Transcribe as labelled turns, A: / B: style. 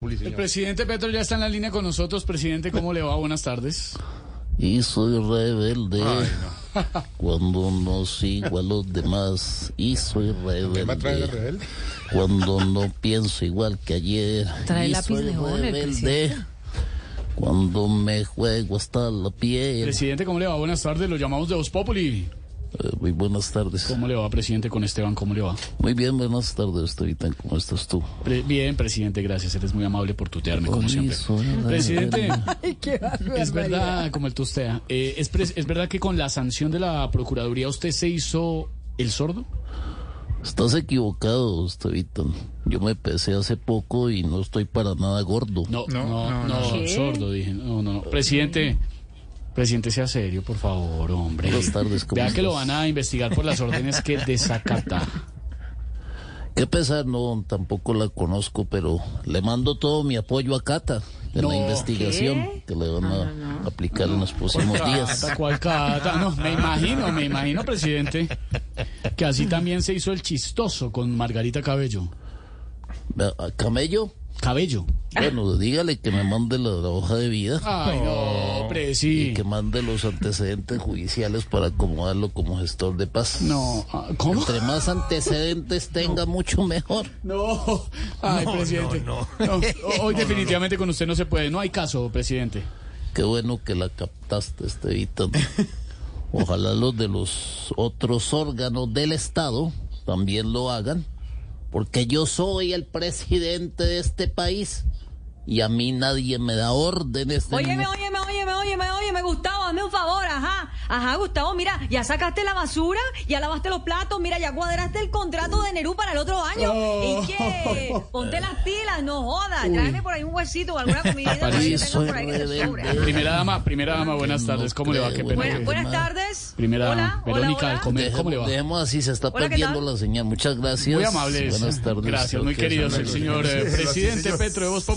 A: Juli, señor.
B: El presidente Petro ya está en la línea con nosotros. Presidente, ¿cómo le va? Buenas tardes.
C: Y soy rebelde cuando no sigo a los demás. Y soy
A: ¿Tema trae de
C: rebelde
A: rebelde?
C: cuando no pienso igual que ayer.
D: Trae
C: y
D: lápiz
C: soy
D: león, el
C: rebelde
D: presidente.
C: cuando me juego hasta la piel.
B: Presidente, ¿cómo le va? Buenas tardes. Lo llamamos de Voz Populi.
C: Eh, muy buenas tardes.
B: ¿Cómo le va, presidente, con Esteban? ¿Cómo le va?
C: Muy bien, buenas tardes, Estevitan. ¿Cómo estás tú?
B: Pre- bien, presidente, gracias. Eres muy amable por tutearme, como
C: Hoy
B: siempre.
C: soy rebelde.
B: Presidente,
D: Qué barbaridad.
B: es verdad, como el tustea, eh, es, pres- ¿es verdad que con la sanción de la Procuraduría usted se hizo el sordo?
C: Estás equivocado, Estevitan. Yo me pesé hace poco y no estoy para nada gordo.
B: No, no,
A: No,
B: no,
A: no,
D: no.
B: sordo, dije. No, no, no. Presidente, presidente, sea serio, por favor, hombre.
C: Buenas tardes, ¿cómo
B: Vea que lo
C: estás?
B: van a investigar por las órdenes que desacata.
C: Qué pesar, no, tampoco la conozco, pero le mando todo mi apoyo a Cata en
B: No.
C: la investigación
D: ¿Qué?
C: que le van a aplicar en los próximos días.
B: Cata, ¿Cuál cata? No, me imagino, me imagino, presidente, que así también se hizo el chistoso con Margarita Cabello.
C: Vea, a Camello,
B: Cabello.
C: bueno, dígale que me mande la, la hoja de vida
B: Ay, no,
C: y
B: presi.
C: que mande los antecedentes judiciales para acomodarlo como gestor de paz.
B: No, ah, ¿cómo?
C: Entre más antecedentes tenga, mucho mejor.
B: No, ay, presidente. No, hoy definitivamente con usted no se puede. No hay caso, presidente.
C: Qué bueno que la captaste, Estevita. Ojalá los de los otros órganos del Estado también lo hagan, porque yo soy el presidente de este país y a mí nadie me da órdenes. de
D: Óyeme,
C: ningún-
D: óyeme, óyeme, óyeme, óyeme, Gustavo, hazme un favor, ajá. Ajá, Gustavo, mira, ya sacaste la basura, ya lavaste los platos, mira, ya cuadraste el contrato de Nerú para el otro año.
B: Oh.
D: ¿Y qué? Ponte las pilas, no jodas.
B: Uy.
D: Tráeme por ahí un huesito o alguna comida que
B: Parece-
D: yo tenga por ahí que te
C: Soy
D: sobre.
C: rebelde.
B: Primera dama, primera dama, buenas
C: No
B: tardes. ¿Cómo le va? Qué
C: creo,
B: pena.
D: Buena-
B: que-
D: buenas tardes.
B: Primera
D: hola,
B: dama, Verónica
D: hola,
B: del
D: hola.
B: Comer, ¿cómo le va?
C: Dejemos, dejemos así, se está
D: Hola, ¿qué
C: perdiendo
D: tal?
C: la señal. Muchas gracias.
B: Muy amables.
C: Buenas tardes.
B: Gracias, muy
C: Creo que
B: queridos.
C: son
B: El señor eh,
A: Sí, sí, sí,
B: presidente
A: señor.
B: Petro de Voz